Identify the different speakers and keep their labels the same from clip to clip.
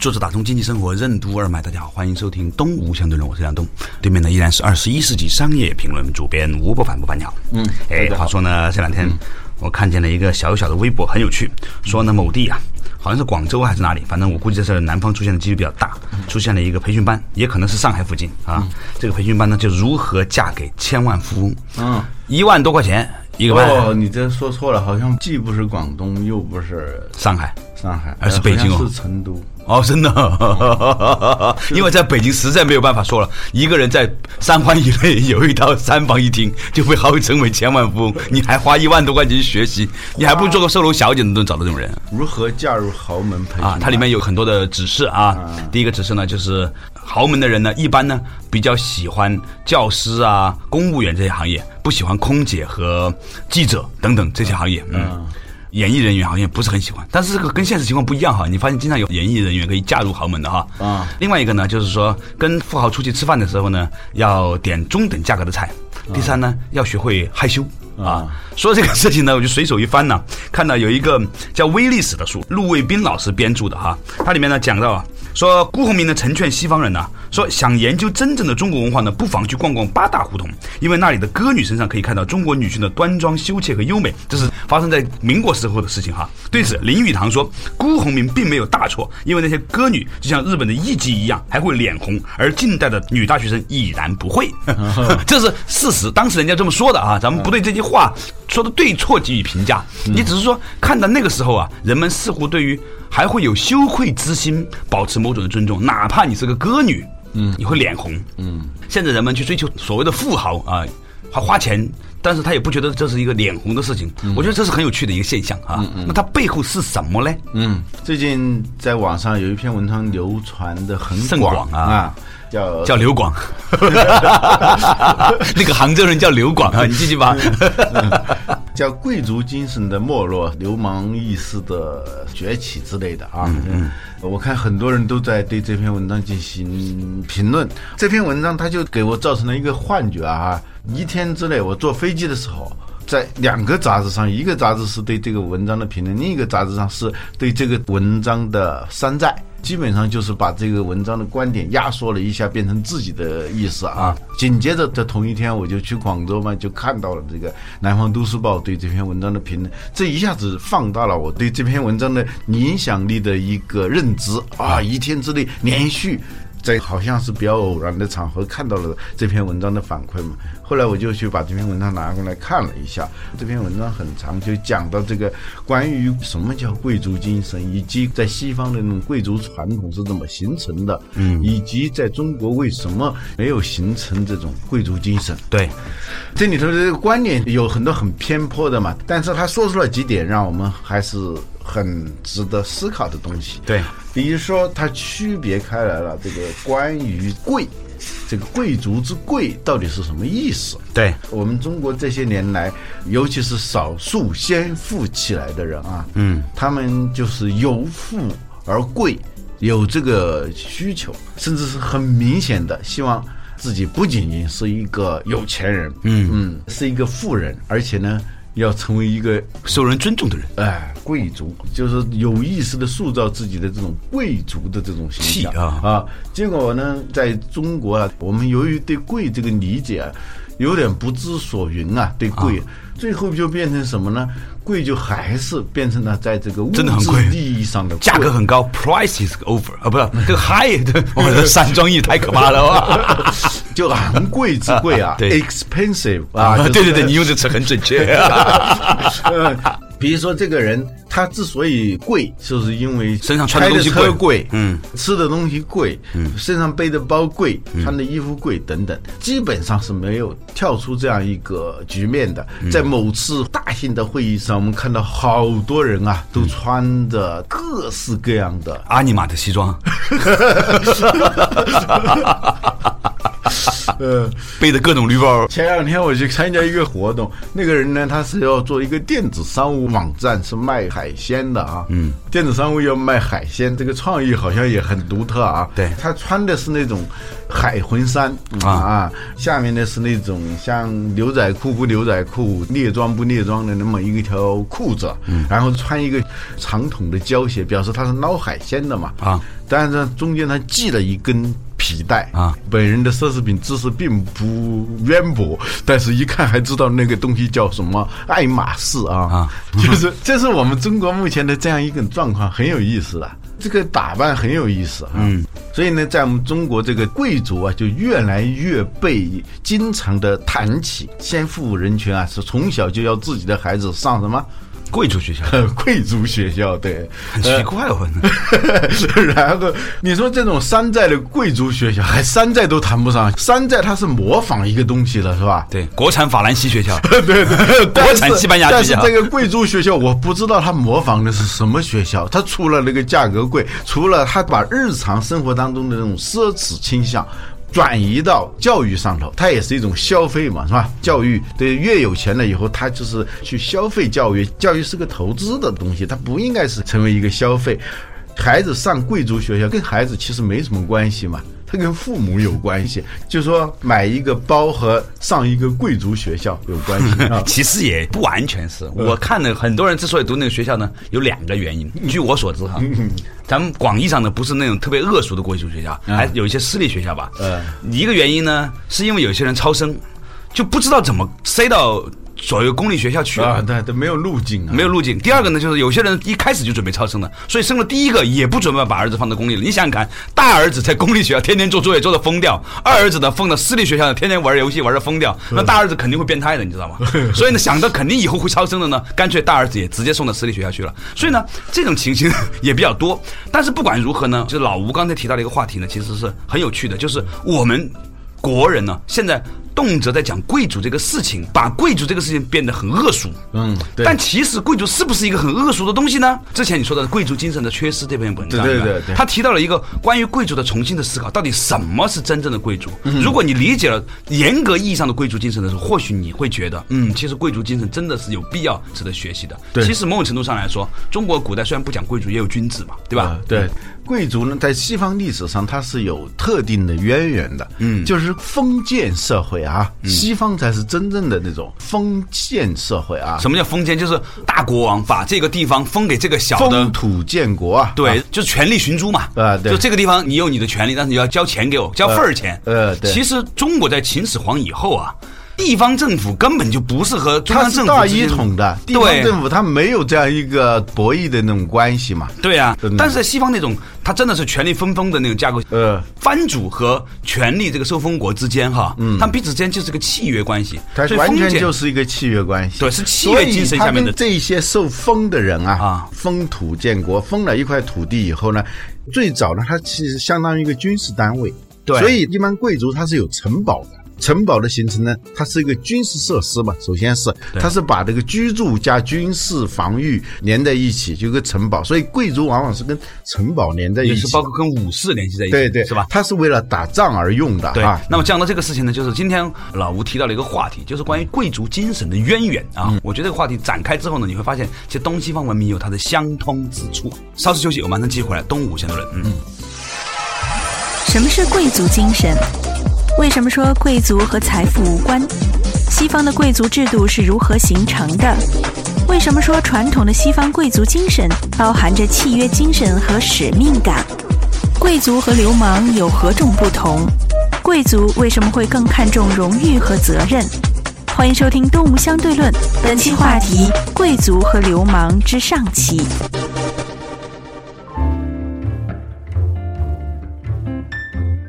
Speaker 1: 坐着打通经济生活任督二脉，大家好，欢迎收听东吴相对论，我是梁东。对面呢依然是二十一世纪商业评论主编吴伯凡，伯凡你好。嗯，哎，话说呢，这两天我看见了一个小小的微博，很有趣，说呢某地啊。好像是广州还是哪里，反正我估计这是南方出现的几率比较大，出现了一个培训班，也可能是上海附近啊。这个培训班呢，就如何嫁给千万富翁，嗯，一万多块钱一个班，
Speaker 2: 哦，你这说错了，好像既不是广东，又不是
Speaker 1: 上海
Speaker 2: 上海，
Speaker 1: 而是北京哦
Speaker 2: 好像是成都。
Speaker 1: 哦，真的，因为在北京实在没有办法说了，一个人在三环以内有一套三房一厅，就会好成为千万富翁。你还花一万多块钱去学习，你还不如做个售楼小姐，你都能找到这种人啊
Speaker 2: 如何嫁入豪门培训班
Speaker 1: 啊！它里面有很多的指示啊。第一个指示呢，就是豪门的人呢，一般呢比较喜欢教师啊、公务员这些行业，不喜欢空姐和记者等等这些行业。嗯。演艺人员好像不是很喜欢，但是这个跟现实情况不一样哈。你发现经常有演艺人员可以嫁入豪门的哈。
Speaker 2: 啊
Speaker 1: 另外一个呢，就是说跟富豪出去吃饭的时候呢，要点中等价格的菜。第三呢，要学会害羞啊。说这个事情呢，我就随手一翻呢，看到有一个叫《微历史》的书，陆卫兵老师编著的哈，它里面呢讲到啊，说辜鸿铭呢曾劝西方人呢、说想研究真正的中国文化呢，不妨去逛逛八大胡同，因为那里的歌女身上可以看到中国女性的端庄、羞怯和优美，这是发生在民国时候的事情哈。对此，林语堂说，辜鸿铭并没有大错，因为那些歌女就像日本的艺妓一样，还会脸红，而近代的女大学生已然不 会，这是事实。当时人家这么说的啊，咱们不对这句话说的对错给予评价，你只是说看到那个时候啊，人们似乎对于还会有羞愧之心，保持某种的尊重，哪怕你是个歌女，嗯，你会脸红，嗯。现在人们去追求所谓的富豪啊，花花钱，但是他也不觉得这是一个脸红的事情，我觉得这是很有趣的一个现象啊。那它背后是什么嘞？
Speaker 2: 嗯，最近在网上有一篇文章流传的很
Speaker 1: 甚
Speaker 2: 广
Speaker 1: 广啊
Speaker 2: 叫
Speaker 1: 叫刘 广，那个杭州人叫刘广啊，你继续吧。
Speaker 2: 叫贵族精神的没落、流氓意识的崛起之类的啊。我看很多人都在对这篇文章进行评论。这篇文章它就给我造成了一个幻觉啊！一天之内，我坐飞机的时候。在两个杂志上，一个杂志是对这个文章的评论，另一个杂志上是对这个文章的山寨，基本上就是把这个文章的观点压缩了一下，变成自己的意思啊。紧接着的同一天，我就去广州嘛，就看到了这个《南方都市报》对这篇文章的评论，这一下子放大了我对这篇文章的影响力的一个认知啊！一天之内连续。在好像是比较偶然的场合看到了这篇文章的反馈嘛，后来我就去把这篇文章拿过来看了一下。这篇文章很长，就讲到这个关于什么叫贵族精神，以及在西方的那种贵族传统是怎么形成的，嗯，以及在中国为什么没有形成这种贵族精神。
Speaker 1: 对，
Speaker 2: 这里头的这个观点有很多很偏颇的嘛，但是他说出了几点让我们还是很值得思考的东西。
Speaker 1: 对，
Speaker 2: 比如说他区别开来了这个关于贵，这个贵族之贵到底是什么意思？
Speaker 1: 对，
Speaker 2: 我们中国这些年来，尤其是少数先富起来的人啊，嗯，他们就是由富而贵，有这个需求，甚至是很明显的希望自己不仅仅是一个有钱人，嗯嗯，是一个富人，而且呢，要成为一个
Speaker 1: 受人尊重的人，
Speaker 2: 哎，贵族就是有意识的塑造自己的这种贵族的这种形象
Speaker 1: 气啊
Speaker 2: 结果呢，在中国啊，我们由于对贵这个理解啊，有点不知所云啊，对贵，最后就变成什么呢？贵就还是变成了在这个物质
Speaker 1: 真的很贵
Speaker 2: 意义上的贵
Speaker 1: 价格很高，price is over 啊，不是这个 high，这我的山庄玉太可怕 了哇！
Speaker 2: 就昂贵之贵啊
Speaker 1: 对啊
Speaker 2: ，expensive 啊，就是
Speaker 1: 对对对，你用这词很准确。
Speaker 2: 呃，比如说这个人它之所以贵，就是因为
Speaker 1: 身上穿的
Speaker 2: 开
Speaker 1: 东西
Speaker 2: 车
Speaker 1: 贵
Speaker 2: 贵，
Speaker 1: 嗯，
Speaker 2: 吃的东西贵，嗯，身上背的包贵，
Speaker 1: 嗯
Speaker 2: 穿的衣服贵等等，基本上是没有跳出这样一个局面的。
Speaker 1: 嗯
Speaker 2: 在某次大型的会议上，我们看到好多人啊，都穿着各式各样的
Speaker 1: 阿尼玛的西 装，
Speaker 2: 呃，
Speaker 1: 背着各种驴包，
Speaker 2: 前两天我去参加一个活动，那个人呢，他是要做一个电子商务网站，是卖海鲜的啊。嗯，电子商务要卖海鲜，这个创意好像也很独特啊。
Speaker 1: 对
Speaker 2: 他穿的是那种海魂衫、嗯
Speaker 1: 啊
Speaker 2: 啊，下面呢是那种像牛仔裤不牛仔裤、猎装不猎装的那么一条裤子，嗯、然后穿一个长筒的胶鞋，表示他是捞海鲜的嘛。
Speaker 1: 啊，
Speaker 2: 但是中间他系了一根皮带
Speaker 1: 啊。
Speaker 2: 本人的奢侈品知识并不渊博，但是一看还知道那个东西叫什么爱马仕啊， 就是这是我们中国目前的这样一个状况，很有意思的。这个打扮很有意思啊，嗯，所以呢，在我们中国这个贵族啊，就越来越被经常的谈起。先富人群啊，是从小就要自己的孩子上什么
Speaker 1: 贵族学校，
Speaker 2: 贵族学校，对，
Speaker 1: 很奇怪哦，反 正
Speaker 2: 然后你说这种山寨的贵族学校，还山寨都谈不上，山寨它是模仿一个东西了，是吧？
Speaker 1: 对，国产法兰西学校，
Speaker 2: 对对，
Speaker 1: 国产西班牙啊
Speaker 2: 但
Speaker 1: 学
Speaker 2: 是
Speaker 1: 校。
Speaker 2: 这个贵族学校，我不知道它模仿的是什么学校。它除了那个价格贵，除了它把日常生活当中的那种奢侈倾向。转移到教育上头，它也是一种消费嘛，是吧？教育对越有钱了以后，他就是去消费教育，教育是个投资的东西，它不应该是成为一个消费。孩子上贵族学校跟孩子其实没什么关系嘛，它跟父母有关系，就说买一个包和上一个贵族学校有关系啊 嗯
Speaker 1: 其实也不完全是。我看了很多人之所以读那个学校呢，有两个原因。
Speaker 2: 嗯
Speaker 1: 据我所知哈，咱们广义上的不是那种特别恶俗的贵族学校，
Speaker 2: 嗯
Speaker 1: 还有一些私立学校吧。一个原因呢，是因为有些人超生，就不知道怎么塞到所谓公立学校去
Speaker 2: 啊，
Speaker 1: 了。
Speaker 2: 对，都没有路径啊，
Speaker 1: 没有路径。第二个呢，就是有些人一开始就准备超生了，所以生了第一个也不准备把儿子放到公立了。你想想看，大儿子在公立学校天天做作业做到疯掉，二儿子呢放到私立学校天天玩游戏玩到疯掉，
Speaker 2: 嗯
Speaker 1: 那大儿子肯定会变态的，你知 道吗？所以呢，想到肯定以后会超生的呢，干脆大儿子也直接送到私立学校去了。所以呢，这种情形也比较多。但是不管如何呢，就是老吴刚才提到的一个话题呢，其实是很有趣的，就是我们国人呢现在。动辄在讲贵族这个事情，把贵族这个事情变得很恶俗。
Speaker 2: 嗯对
Speaker 1: 但其实贵族是不是一个很恶俗的东西呢？之前你说的贵族精神的缺失这篇文章，
Speaker 2: 对对
Speaker 1: 吧
Speaker 2: 对对
Speaker 1: 他提到了一个关于贵族的重新的思考，到底什么是真正的贵族？
Speaker 2: 嗯
Speaker 1: 如果你理解了严格意义上的贵族精神的时候，或许你会觉得，嗯，其实贵族精神真的是有必要值得学习的。
Speaker 2: 对
Speaker 1: 其实某种程度上来说，中国古代虽然不讲贵族，也有君子嘛，对吧嗯
Speaker 2: 啊？对，贵族呢，在西方历史上它是有特定的渊源的，嗯，就是封建社会啊，
Speaker 1: 嗯
Speaker 2: 西方才是真正的那种封建社会啊，
Speaker 1: 什么叫封建？就是大国王把这个地方封给这个小的
Speaker 2: 封土建国啊，
Speaker 1: 对，
Speaker 2: 啊
Speaker 1: 就是权力寻租嘛。
Speaker 2: 啊对啊
Speaker 1: 就这个地方你有你的权利，但是你要交钱给我，交份儿钱。
Speaker 2: 呃呃对
Speaker 1: 其实中国在秦始皇以后啊，地方政府根本就不是和中
Speaker 2: 它
Speaker 1: 央
Speaker 2: 是
Speaker 1: 政府
Speaker 2: 大
Speaker 1: 之
Speaker 2: 一
Speaker 1: 间
Speaker 2: 统的，地方
Speaker 1: 对
Speaker 2: 政府它没有这样一个博弈的那种关系嘛，
Speaker 1: 对啊
Speaker 2: 真的，
Speaker 1: 但是在西方那种，它真的是权力分封的那种架构。
Speaker 2: 呃，
Speaker 1: 藩主和权力这个受封国之间哈，嗯，他们彼此之间就是个契约关系，
Speaker 2: 它
Speaker 1: 所以
Speaker 2: 完
Speaker 1: 封
Speaker 2: 全
Speaker 1: 建
Speaker 2: 就是一个契约关系，
Speaker 1: 对是契约精神下面
Speaker 2: 所以
Speaker 1: 的
Speaker 2: 他们这些受封的人啊，
Speaker 1: 啊
Speaker 2: 封土建国，封了一块土地以后呢，最早呢，它其实相当于一个军事单位，
Speaker 1: 对
Speaker 2: 所以一般贵族它是有城堡的。城堡的形成呢，它是一个军事设施嘛，首先是它是把这个居住加军事防御连在一起，就一个城堡，所以贵族往往是跟城堡连在一
Speaker 1: 也
Speaker 2: 起
Speaker 1: 是，包括跟武士联系在一起，
Speaker 2: 对对，
Speaker 1: 是吧？
Speaker 2: 它是为了打仗而用的
Speaker 1: 对
Speaker 2: 啊，，
Speaker 1: 那么讲到这个事情呢，就是今天老吴提到了一个话题，就是关于贵族精神的渊源啊。我觉得这个话题展开之后呢，你会发现，其实东西方文明有它的相通之处。啊稍事休息，我马上继续回来。东吴相对论，嗯，
Speaker 3: 什么是贵族精神？为什么说贵族和财富无关？西方的贵族制度是如何形成的？为什么说传统的西方贵族精神包含着契约精神和使命感？贵族和流氓有何种不同？贵族为什么会更看重荣誉和责任？欢迎收听《东吴相对论》，本期话题：贵族和流氓之上期。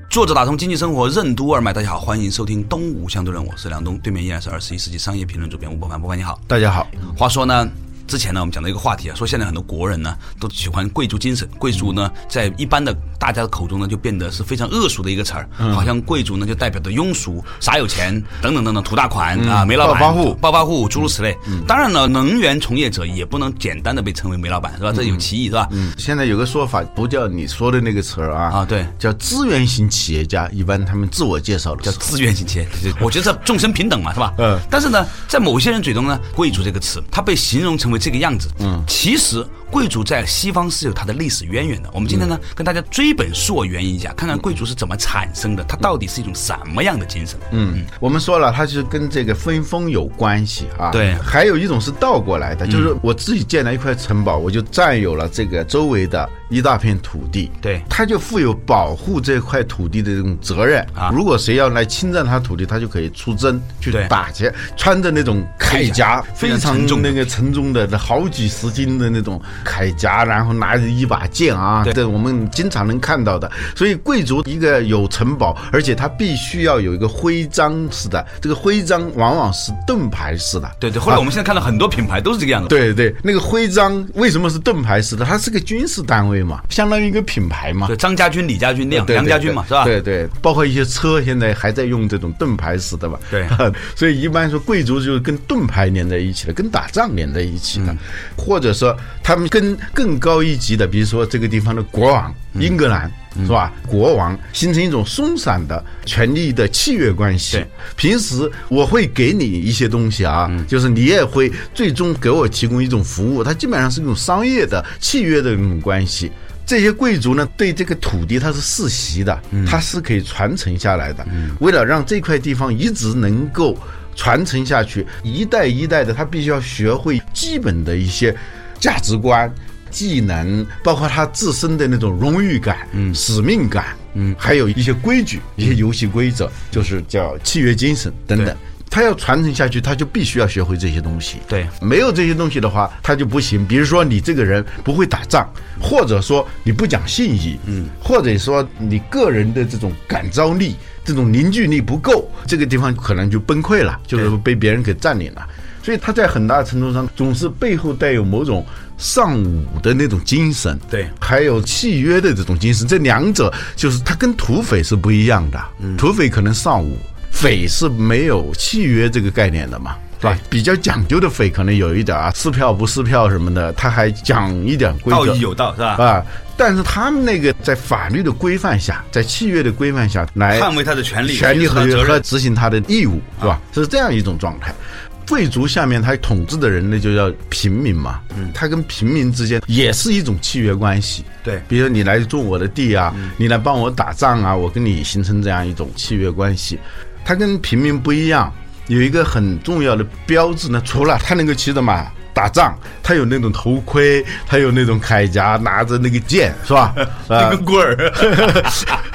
Speaker 1: 作者打通经济生活任督二脉，大家好，欢迎收听东吴相对论，我是梁东，对面依然是二十一世纪商业评论主编吴伯凡，伯凡你好。
Speaker 2: 大家好，
Speaker 1: 话说呢，之前呢，我们讲到一个话题啊，说现在很多国人呢都喜欢贵族精神，贵族呢在一般的大家的口中呢就变得是非常恶俗的一个词儿，好像贵族呢就代表着庸俗、傻有钱等等等等、土大款啊、煤老板、
Speaker 2: 暴发户
Speaker 1: 暴发户诸如此类。当然了，能源从业者也不能简单的被称为煤老板，是吧？这有歧义，是吧？
Speaker 2: 嗯，现在有个说法，不叫你说的那个词儿啊，
Speaker 1: 啊对
Speaker 2: 叫资源型企业家。一般他们自我介绍的
Speaker 1: 叫
Speaker 2: 时候，
Speaker 1: 自愿性企业，对对我觉 得这众生平等嘛，是吧？
Speaker 2: 嗯
Speaker 1: 但是呢，在某些人嘴中呢，贵族这个词，它被形容成为这个样子。嗯，其实贵族在西方是有它的历史渊
Speaker 2: 嗯
Speaker 1: 源的。我们今天呢，跟大家追本溯源一下，看看贵族是怎么产生的，它到底是一种什么样的精神？嗯，
Speaker 2: 嗯，我们说了，它是跟这个分封有关系啊。
Speaker 1: 对嗯
Speaker 2: 还有一种是倒过来的，就是我自己建了一块城堡，我就占有了这个周围的一大片土地。
Speaker 1: 对
Speaker 2: 它就负有保护这块土地的这种责任
Speaker 1: 啊
Speaker 2: 如果谁要来侵占他土地，他就可以出征去
Speaker 1: 对
Speaker 2: 打去，穿着那种铠甲，
Speaker 1: 非常
Speaker 2: 非
Speaker 1: 沉
Speaker 2: 常
Speaker 1: 重的
Speaker 2: 那个沉重的好几十斤的那种铠甲，然后拿着一把剑啊，
Speaker 1: 对
Speaker 2: 这我们经常能看到的。所以贵族一个有城堡，而且他必须要有一个徽章式的，这个徽章往往是盾牌式的。
Speaker 1: 对对。后来我们现在看到很多品牌都是这个样子。
Speaker 2: 对对，那个徽章为什么是盾牌式的？它是个军事单位嘛，相当于一个品牌嘛
Speaker 1: 对，。张家军、李家军、
Speaker 2: 对
Speaker 1: 梁
Speaker 2: 对
Speaker 1: 梁家军嘛，
Speaker 2: 对
Speaker 1: 是吧？
Speaker 2: 对对，包括一些车现在还在用这种盾牌式的吧。
Speaker 1: 对
Speaker 2: 所以一般说贵族就是跟盾牌连在一起的，跟打仗连在一起
Speaker 1: 嗯
Speaker 2: 的，或者说他们跟更高一级的，比如说这个地方的国王，英格
Speaker 1: 嗯
Speaker 2: 兰。是吧？国王形成一种松散的权力的契约关系
Speaker 1: 对。嗯
Speaker 2: 平时我会给你一些东西啊，就是你也会最终给我提供一种服务，它基本上是一种商业的契约的那种关系。这些贵族呢，对这个土地它是世袭的，它是可以传承下来的。为了让这块地方一直能够传承下去，一代一代的，他必须要学会基本的一些价值观。技能，包括他自身的那种荣誉感、嗯、使命感，嗯，还有一些规矩、一些游戏规则，就是叫契约精神等
Speaker 1: 对
Speaker 2: 等。他要传承下去，他就必须要学会这些东西。
Speaker 1: 对
Speaker 2: 没有这些东西的话，他就不行。比如说你这个人不会打仗，或者说你不讲信义，嗯，或者说你个人的这种感召力、这种凝聚力不够，这个地方可能就崩溃了，就是被别人给占领了。所以他在很大程度上总是背后带有某种尚武的那种精神，
Speaker 1: 对
Speaker 2: 还有契约的这种精神，这两者就是它跟土匪是不一样的。
Speaker 1: 嗯
Speaker 2: 土匪可能尚武，匪是没有契约这个概念的嘛，是吧？比较讲究的匪可能有一点啊，撕票不撕票什么的，他还讲一点规
Speaker 1: 道
Speaker 2: 则
Speaker 1: 义有道，是吧？
Speaker 2: 啊。但是他们那个在法律的规范下，在契约的规范下来
Speaker 1: 捍卫他的权利
Speaker 2: 权利和
Speaker 1: 执行他的责任啊
Speaker 2: 和执行他的义务，是吧？是这样一种状态。贵族下面他统治的人，那就叫平民嘛。嗯，他跟平民之间也是一种契约关系。
Speaker 1: 对嗯
Speaker 2: 比如你来种我的地啊，你来帮我打仗啊，我跟你形成这样一种契约关系。他跟平民不一样，有一个很重要的标志呢，除了他能够骑着马打仗，他有那种头盔，他有那种铠甲，拿着那个剑，是 吧？啊、
Speaker 1: 跟棍儿，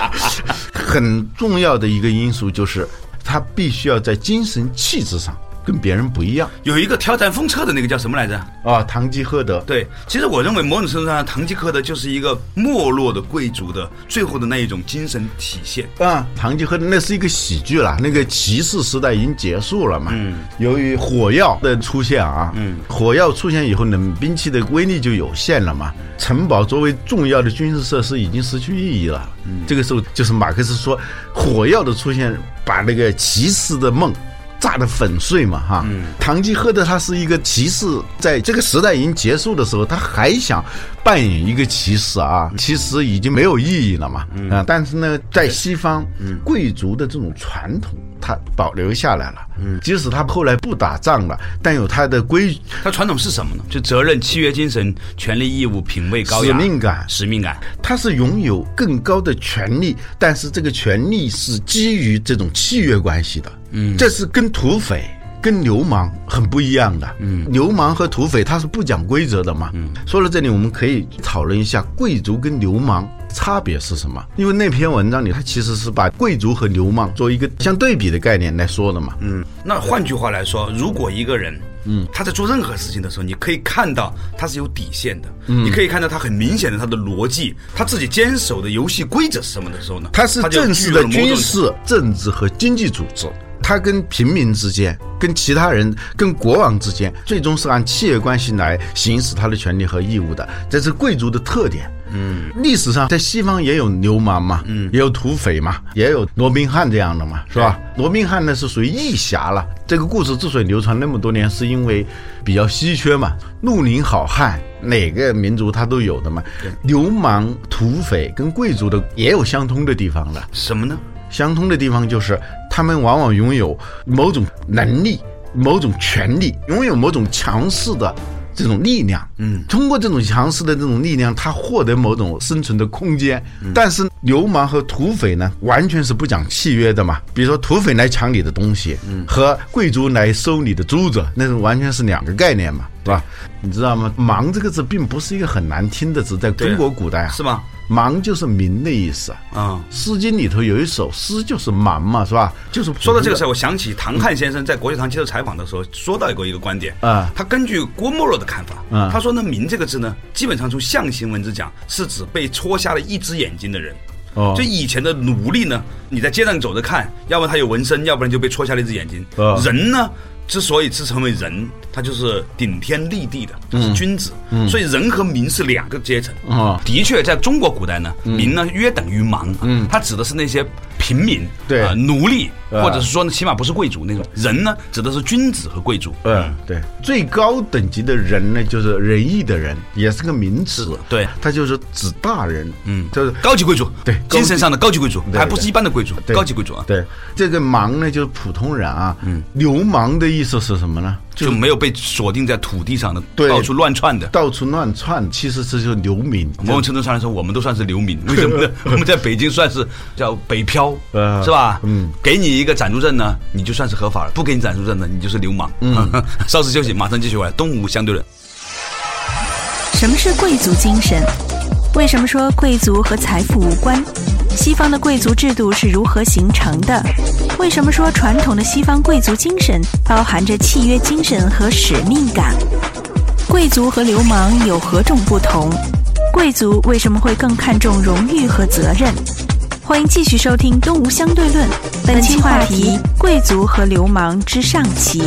Speaker 2: 很重要的一个因素就是，他必须要在精神气质上跟别人不一样
Speaker 1: 有一个挑战风车的那个叫什么来着？
Speaker 2: 啊。堂吉诃德，
Speaker 1: 对，其实我认为某种程度上，堂吉诃德就是一个没落的贵族的最后的那一种精神体现。
Speaker 2: 啊，堂吉诃德那是一个喜剧了，那个骑士时代已经结束了嘛。嗯，由于火药的出现啊，嗯，火药出现以后，冷兵器的威力就有限了嘛。城堡作为重要的军事设施已经失去意义了。嗯，这个时候就是马克思说，火药的出现把那个骑士的梦。炸得粉碎嘛，哈。堂吉诃德他是一个骑士，在这个时代已经结束的时候，他还想扮演一个骑士啊，其实已经没有意义了嘛。啊，但是呢，在西方，贵族的这种传统。他保留下来了，即使他后来不打仗了，但有他的规矩
Speaker 1: 它传统是什么呢？就责任、契约精神、权利义务、品味高雅、
Speaker 2: 使命感
Speaker 1: 使命感。
Speaker 2: 他是拥有更高的权利，但是这个权利是基于这种契约关系的。嗯，这是跟土匪。跟流氓很不一样的，嗯，流氓和土匪他是不讲规则的嘛，嗯，说到这里，我们可以讨论一下贵族跟流氓差别是什么，因为那篇文章里，他其实是把贵族和流氓作为一个相对比的概念来说的嘛，嗯，
Speaker 1: 那换句话来说，如果一个人，嗯，他在做任何事情的时候，你可以看到他是有底线的，嗯，你可以看到他很明显的他的逻辑，他自己坚守的游戏规则是什么的时候呢？
Speaker 2: 他是
Speaker 1: 就
Speaker 2: 正式
Speaker 1: 具有
Speaker 2: 的
Speaker 1: 了某种
Speaker 2: 军事、政治和经济组织，他跟平民之间、跟其他人、跟国王之间，最终是按契约关系来行使他的权利和义务的，这是贵族的特点。嗯，历史上在西方也有流氓嘛，嗯，也有土匪嘛，也有罗宾汉这样的嘛，是吧？罗宾汉呢是属于义侠了。这个故事之所以流传那么多年，是因为比较稀缺嘛，绿林好汉哪个民族他都有的嘛。流氓、土匪跟贵族的也有相通的地方的，
Speaker 1: 什么呢？
Speaker 2: 相通的地方就是他们往往拥有某种能力、某种权利，拥有某种强势的这种力量。嗯，通过这种强势的这种力量，他获得某种生存的空间。但是流氓和土匪呢，完全是不讲契约的嘛。比如说土匪来抢你的东西，和贵族来收你的租子，那是完全是两个概念嘛，是吧？你知道吗？“忙”这个字并不是一个很难听的字，在中国古代啊，
Speaker 1: 是吗？
Speaker 2: 忙就是民的意思啊。
Speaker 1: 啊、
Speaker 2: 《诗经》里头有一首诗就是忙嘛，是吧？就是
Speaker 1: 说到这个事
Speaker 2: 事
Speaker 1: 儿，我想起唐汉先生在国际堂接受采访的时候说到过一个观点
Speaker 2: 啊
Speaker 1: 他根据郭沫若的看法，
Speaker 2: 啊
Speaker 1: 他说呢“民”这个字呢，基本上从象形文字讲，是指被戳瞎了一只眼睛的人。
Speaker 2: 哦
Speaker 1: 就以前的奴隶呢，你在街上走着看，要不然他有纹身，要不然就被戳瞎了一只眼睛。
Speaker 2: 啊
Speaker 1: 人呢，之所以是成为人，他就是顶天立地的，就是君子。所以人和民是两个阶层。
Speaker 2: 哦
Speaker 1: 啊的确，在中国古代呢，
Speaker 2: 嗯
Speaker 1: 民呢约等于盲，嗯，它指的是那些平民，
Speaker 2: 对
Speaker 1: 呃奴隶，
Speaker 2: 呃
Speaker 1: 或者是说呢，起码不是贵族那种。人呢，指的是君子和贵族。
Speaker 2: 嗯，对，最高等级的人呢，就是仁义的人，也是个名词。
Speaker 1: 对
Speaker 2: 它就是指大人。
Speaker 1: 嗯
Speaker 2: 就是
Speaker 1: 高级贵族，
Speaker 2: 对高级
Speaker 1: 精神上的高级贵族，
Speaker 2: 对
Speaker 1: 还不是一般的贵族，
Speaker 2: 对
Speaker 1: 高级贵族啊，
Speaker 2: 对这个盲呢，就是普通人啊。嗯，流氓的意思是什么呢？
Speaker 1: 就没有被锁定在土地上的，
Speaker 2: 对
Speaker 1: 到处乱窜的。
Speaker 2: 到处乱窜，其实这就是流民。
Speaker 1: 某种程度上来说，我们都算是流民，为什 么呢？我们在北京算是叫北漂，
Speaker 2: 呃
Speaker 1: 是吧？
Speaker 2: 嗯，
Speaker 1: 给你一个暂住证呢，你就算是合法了；不给你暂住证呢，你就是流氓。嗯， 稍事休息，马上继续回来。东吴相对论。
Speaker 3: 什么是贵族精神？为什么说贵族和财富无关？西方的贵族制度是如何形成的？为什么说传统的西方贵族精神包含着契约精神和使命感？贵族和流氓有何种不同？贵族为什么会更看重荣誉和责任？欢迎继续收听《东吴相对论》，本期话题：贵族和流氓之上期。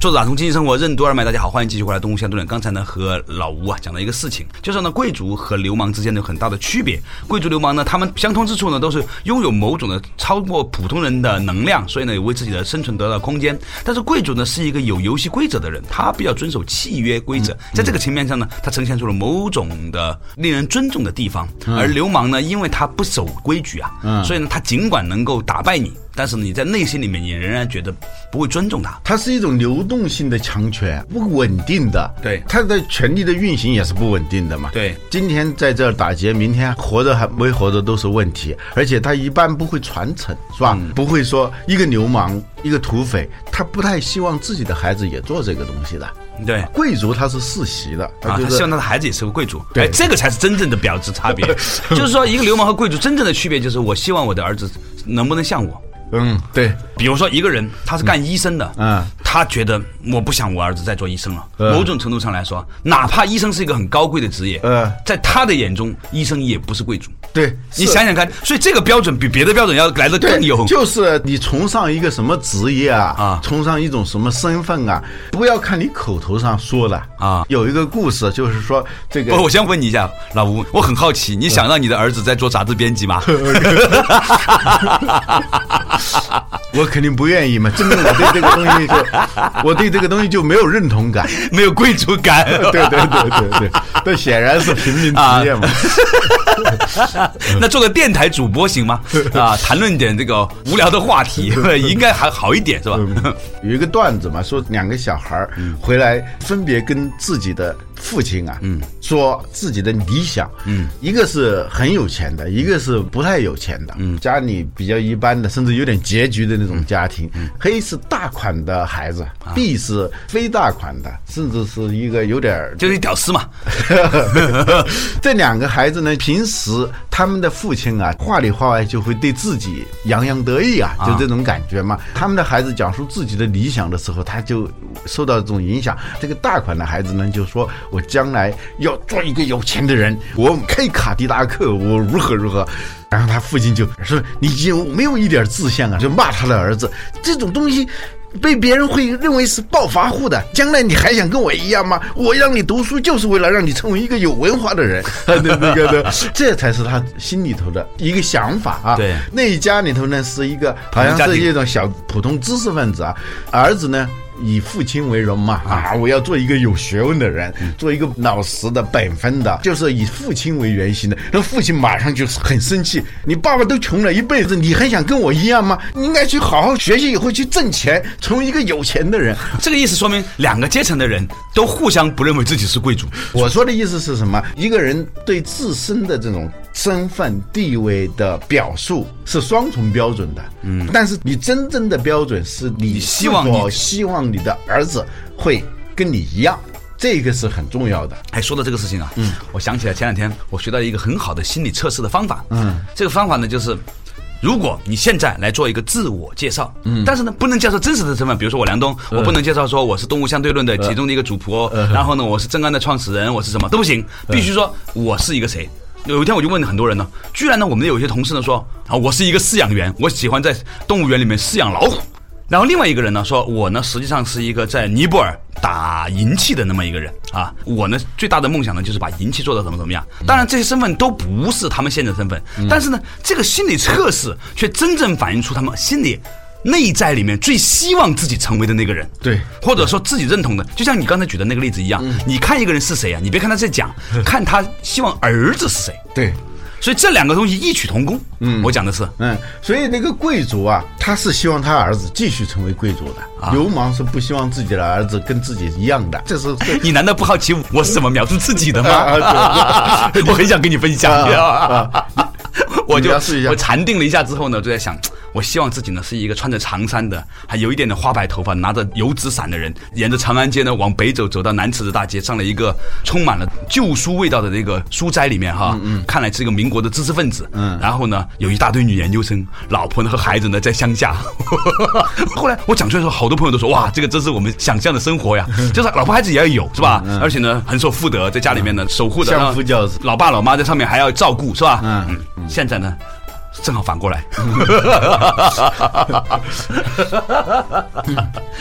Speaker 1: 作者打通经济生活任督二脉，大家好，欢迎继续回来《东吴相对论》。刚才呢和老吴啊讲了一个事情，就是呢贵族和流氓之间的有很大的区别。贵族流氓呢，他们相通之处呢都是拥有某种的超过普通人的能量，所以呢也为自己的生存得到空间。但是贵族呢是一个有游戏规则的人，他比较遵守契约规则，在这个层面上呢，他呈现出了某种的令人尊重的地方。而流氓呢，因为他不守规矩啊，
Speaker 2: 嗯
Speaker 1: 所以呢他尽管能够打败你，但是你在内心里面你仍然觉得不会尊重他。
Speaker 2: 它是一种流动性的强权，不稳定的。
Speaker 1: 对
Speaker 2: 它的权力的运行也是不稳定的嘛。
Speaker 1: 对
Speaker 2: 今天在这儿打劫，明天活着还没活着都是问题，而且它一般不会传承，是吧？
Speaker 1: 嗯
Speaker 2: 不会说一个流氓，一个土匪，他不太希望自己的孩子也做这个东西的。
Speaker 1: 对，
Speaker 2: 贵族他是世袭的，
Speaker 1: 啊，
Speaker 2: 就
Speaker 1: 他
Speaker 2: 是
Speaker 1: 希望他的孩子也是个贵族，
Speaker 2: 对
Speaker 1: 哎，这个才是真正的表质差 别。就是说，一个流氓和贵族真正的区别就是，我希望我的儿子能不能像我。
Speaker 2: 嗯，对，
Speaker 1: 比如说，一个人他是干医生的，
Speaker 2: 嗯
Speaker 1: 他觉得我不想我儿子再做医生了。
Speaker 2: 嗯
Speaker 1: 某种程度上来说，哪怕医生是一个很高贵的职业，
Speaker 2: 嗯
Speaker 1: 在他的眼中，医生也不是贵族。
Speaker 2: 对，
Speaker 1: 你
Speaker 2: 是
Speaker 1: 想想看，所以这个标准比别的标准要来的
Speaker 2: 对
Speaker 1: 更，有。
Speaker 2: 就是你崇尚一个什么职业啊，
Speaker 1: 啊
Speaker 2: 崇尚一种什么身份啊，不要看你口头上说的
Speaker 1: 啊
Speaker 2: 有一个故事，就是说这个
Speaker 1: 不，我先问你一下，老吴，我很好奇，你想让你的儿子在做杂志编 辑吗？
Speaker 2: 我肯定不愿意嘛，证明我对这个东西 就，我对这个东西就没有认同感。
Speaker 1: 没有贵族感。
Speaker 2: 对对对对对，这显然是平民职业嘛。
Speaker 1: 啊 那做个电台主播行吗？啊，谈论点这个无聊的话题，应该还好一点是吧？
Speaker 2: 嗯有一个段子嘛，说两个小孩儿回来分别跟自己的父亲啊，说自己的理想，一个是很有钱的，一个是不太有钱的，家里比较一般的，甚至有点拮据的那种家庭。黑是大款的孩子，B 是非大款的，甚至是一个有点儿
Speaker 1: 就是屌丝嘛，
Speaker 2: 这两个孩子呢，平时他们的父亲啊，话里话外就会对自己洋洋得意啊，就这种感觉嘛。他们的孩子讲述自己的理想的时候，他就受到这种影响。这个大款的孩子呢，就说我将来要做一个有钱的人，我开卡迪拉克，我如何如何。然后他父亲就说：“你有没有一点志向啊？”就骂他的儿子，这种东西。被别人会认为是暴发户的，将来你还想跟我一样吗？我让你读书就是为了让你成为一个有文化的人，那那个的，这才是他心里头的一个想法啊。
Speaker 1: 对
Speaker 2: 那一家里头呢是一个好像是一种小普通知识分子啊，儿子呢。以父亲为荣嘛啊！我要做一个有学问的人，做一个老实的、本分的，就是以父亲为原型的。那父亲马上就是很生气，你爸爸都穷了一辈子，你还想跟我一样吗？你应该去好好学习，以后去挣钱，成为一个有钱的人。
Speaker 1: 这个意思说明两个阶层的人都互相不认为自己是贵族。
Speaker 2: 我说的意思是什么？一个人对自身的这种身份地位的表述是双重标准的，嗯，但是你真正的标准是你
Speaker 1: 希望你
Speaker 2: 是否希望你的儿子会跟你一样，这个是很重要的。
Speaker 1: 哎，说到这个事情啊，嗯，我想起来前两天我学到一个很好的心理测试的方法，嗯，这个方法呢就是。如果你现在来做一个自我介绍，嗯，但是呢，不能介绍真实的身份，比如说我梁东，我不能介绍说我是动物相对论的其中的一个主仆哦，然后呢，我是正安的创始人，我是什么都不行，必须说我是一个谁。有一天我就问很多人呢，居然呢，我们的有些同事呢说啊，我是一个饲养员，我喜欢在动物园里面饲养老虎。然后另外一个人呢说，我呢实际上是一个在尼泊尔打银器的那么一个人啊，我呢最大的梦想呢就是把银器做到怎么怎么样。当然这些身份都不是他们现在的身份，但是呢，这个心理测试却真正反映出他们心里。内在里面最希望自己成为的那个人，
Speaker 2: 对
Speaker 1: 或者说自己认同的，就像你刚才举的那个例子一样，你看一个人是谁啊？你别看他在讲，看他希望儿子是谁，
Speaker 2: 对，
Speaker 1: 所以这两个东西异曲同工。嗯，我讲的是，
Speaker 2: 嗯，所以那个贵族啊，他是希望他儿子继续成为贵族的，
Speaker 1: 啊
Speaker 2: 流氓是不希望自己的儿子跟自己一样的，这是最
Speaker 1: 你难道不好奇我是怎么描述自己的吗？
Speaker 2: 啊
Speaker 1: 我很想跟你分享。
Speaker 2: 啊
Speaker 1: 我就
Speaker 2: 你描述一下
Speaker 1: 我禅定了一下之后呢，就在想，我希望自己呢是一个穿着长衫的，还有一点点花白头发，拿着油纸伞的人，沿着长安街呢往北走，走到南池子大街，上了一个充满了旧书味道的那个书斋里面哈，
Speaker 2: 嗯
Speaker 1: 看来是一个民国的知识分子。嗯，然后呢，有一大堆女研究生，老婆呢和孩子呢在乡 下。后来我讲出来的时候，好多朋友都说哇，这个真是我们想象的生 活呀，就是老婆孩子也要有是吧？而且呢很受妇德，在家里面呢守护
Speaker 2: 嗯
Speaker 1: 着，
Speaker 2: 相
Speaker 1: 让
Speaker 2: 夫教子
Speaker 1: 老爸老妈在上面还要照顾是吧？
Speaker 2: 嗯
Speaker 1: 嗯，现在呢，正好反 过来。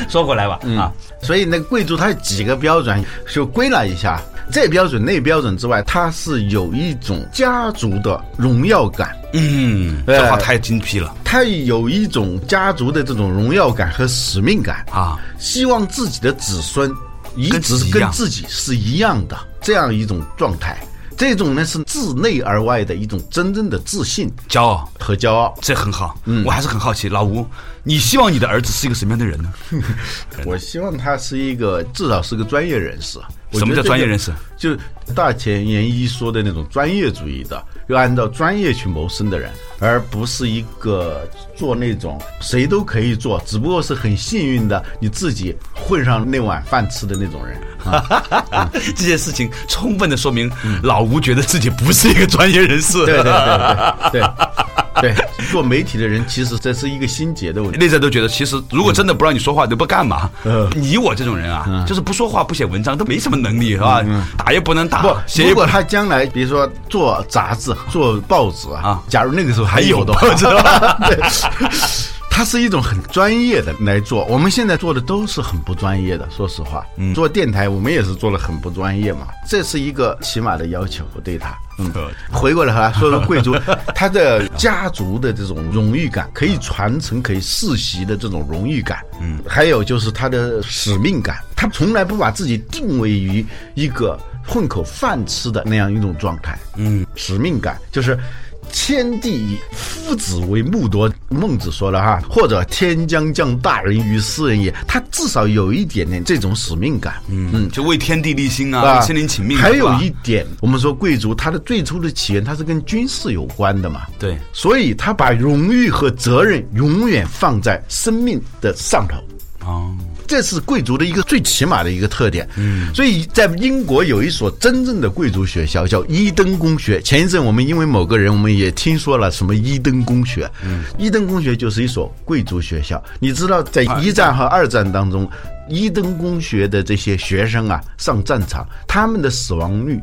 Speaker 1: 说回来吧，
Speaker 2: 嗯
Speaker 1: 啊，
Speaker 2: 所以那个贵族他有几个标准，就归纳一下，这标准那标准之外，他是有一种家族的荣耀感，
Speaker 1: 嗯，
Speaker 2: 哎
Speaker 1: 这话太精辟了
Speaker 2: 他有一种家族的这种荣耀感和使命感
Speaker 1: 啊！
Speaker 2: 希望自己的子孙一
Speaker 1: 跟
Speaker 2: 直
Speaker 1: 自己一
Speaker 2: 跟
Speaker 1: 样
Speaker 2: 自己是一样的这样一种状态。这种呢是自内而外的一种真正的自信
Speaker 1: 骄傲，
Speaker 2: 和骄傲。
Speaker 1: 这很好。
Speaker 2: 嗯
Speaker 1: 我还是很好奇，老吴，你希望你的儿子是一个什么样的人呢？啊
Speaker 2: 我希望他是一个至少是个专业人士。啊我
Speaker 1: 什么
Speaker 2: 觉得
Speaker 1: 叫专业
Speaker 2: 这个
Speaker 1: 人士？
Speaker 2: 就大前研一说的那种专业主义的，要按照专业去谋生的人，而不是一个做那种谁都可以做，只不过是很幸运的你自己混上那碗饭吃的那种人。 嗯
Speaker 1: 这件事情充分的说明，老吴觉得自己不是一个专业人士。
Speaker 2: 对对对对对对，做媒体的人其实这是一个心结的问 题。
Speaker 1: 内在都觉得，其实如果真的不让你说话，都不干嘛。
Speaker 2: 嗯
Speaker 1: 你我这种人啊，就是不说话、不写文章，都没什么能力，是吧？打也不能打
Speaker 2: 嗯不，，
Speaker 1: 写也
Speaker 2: 如
Speaker 1: 不
Speaker 2: 果他将来比如说做杂志、做报纸
Speaker 1: 啊
Speaker 2: 啊，假如那个时候还有的话，
Speaker 1: 知道吧？
Speaker 2: 对，它是一种很专业的来做。我们现在做的都是很不专业的，说实话。做电台我们也是做了很不专业嘛，这是一个起码的要求。我对他，嗯，回过 来说说贵族，他的家族的这种荣誉感，可以传承、可以世袭的这种荣誉感，嗯，还有就是他的使命感，他从来不把自己定位于一个混口饭吃的那样一种状态，嗯，使命感就是。天地以夫子为木铎，孟子说了哈，或者天将降大任于斯人也，他至少有一点点这种使命感，嗯嗯。
Speaker 1: 就为天地立心啊，
Speaker 2: 啊
Speaker 1: 为，森林请命啊。
Speaker 2: 还
Speaker 1: 是
Speaker 2: 有
Speaker 1: 吧
Speaker 2: 一点，我们说贵族，他的最初的起源，它是跟军事有关的嘛。
Speaker 1: 对
Speaker 2: 所以他把荣誉和责任永远放在生命的上头。
Speaker 1: 哦，
Speaker 2: 这是贵族的一个最起码的一个特点。嗯，所以在英国有一所真正的贵族学校，叫伊登公学。前一阵我们因为某个人，我们也听说了什么伊登公学。嗯，伊登公学就是一所贵族学校。你知道，在一战和二战当中。伊登公学的这些学生啊上战场，他们的死亡率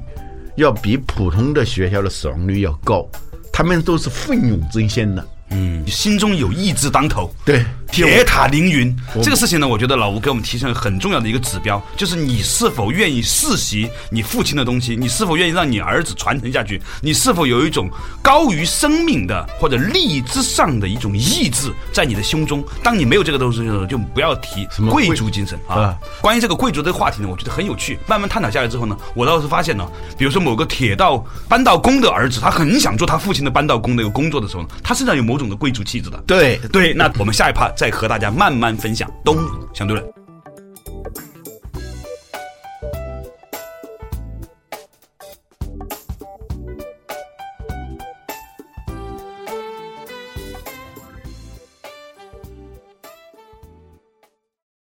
Speaker 2: 要比普通的学校的死亡率要高，他们都是奋勇争先的。
Speaker 1: 嗯，心中有义字当头，
Speaker 2: 对
Speaker 1: 铁打凌云。这个事情呢，我觉得老吴给我们提升了很重要的一个指标，就是你是否愿意世袭你父亲的东西，你是否愿意让你儿子传承下去，你是否有一种高于生命的或者利益之上的一种意志在你的胸中。当你没有这个东西的时候，就不要提
Speaker 2: 么
Speaker 1: 贵
Speaker 2: 贵
Speaker 1: 族精神啊
Speaker 2: 啊。
Speaker 1: 关于这个贵族这个话题呢，我觉得很有趣。慢慢探讨下来之后呢，我倒是发现呢，比如说某个铁道扳道工的儿子，他很想做他父亲的扳道工那个工作的时候呢，他身上有某种的贵族气质的。
Speaker 2: 对
Speaker 1: 对，那我们下一趴再和大家慢慢分享东吴相对论。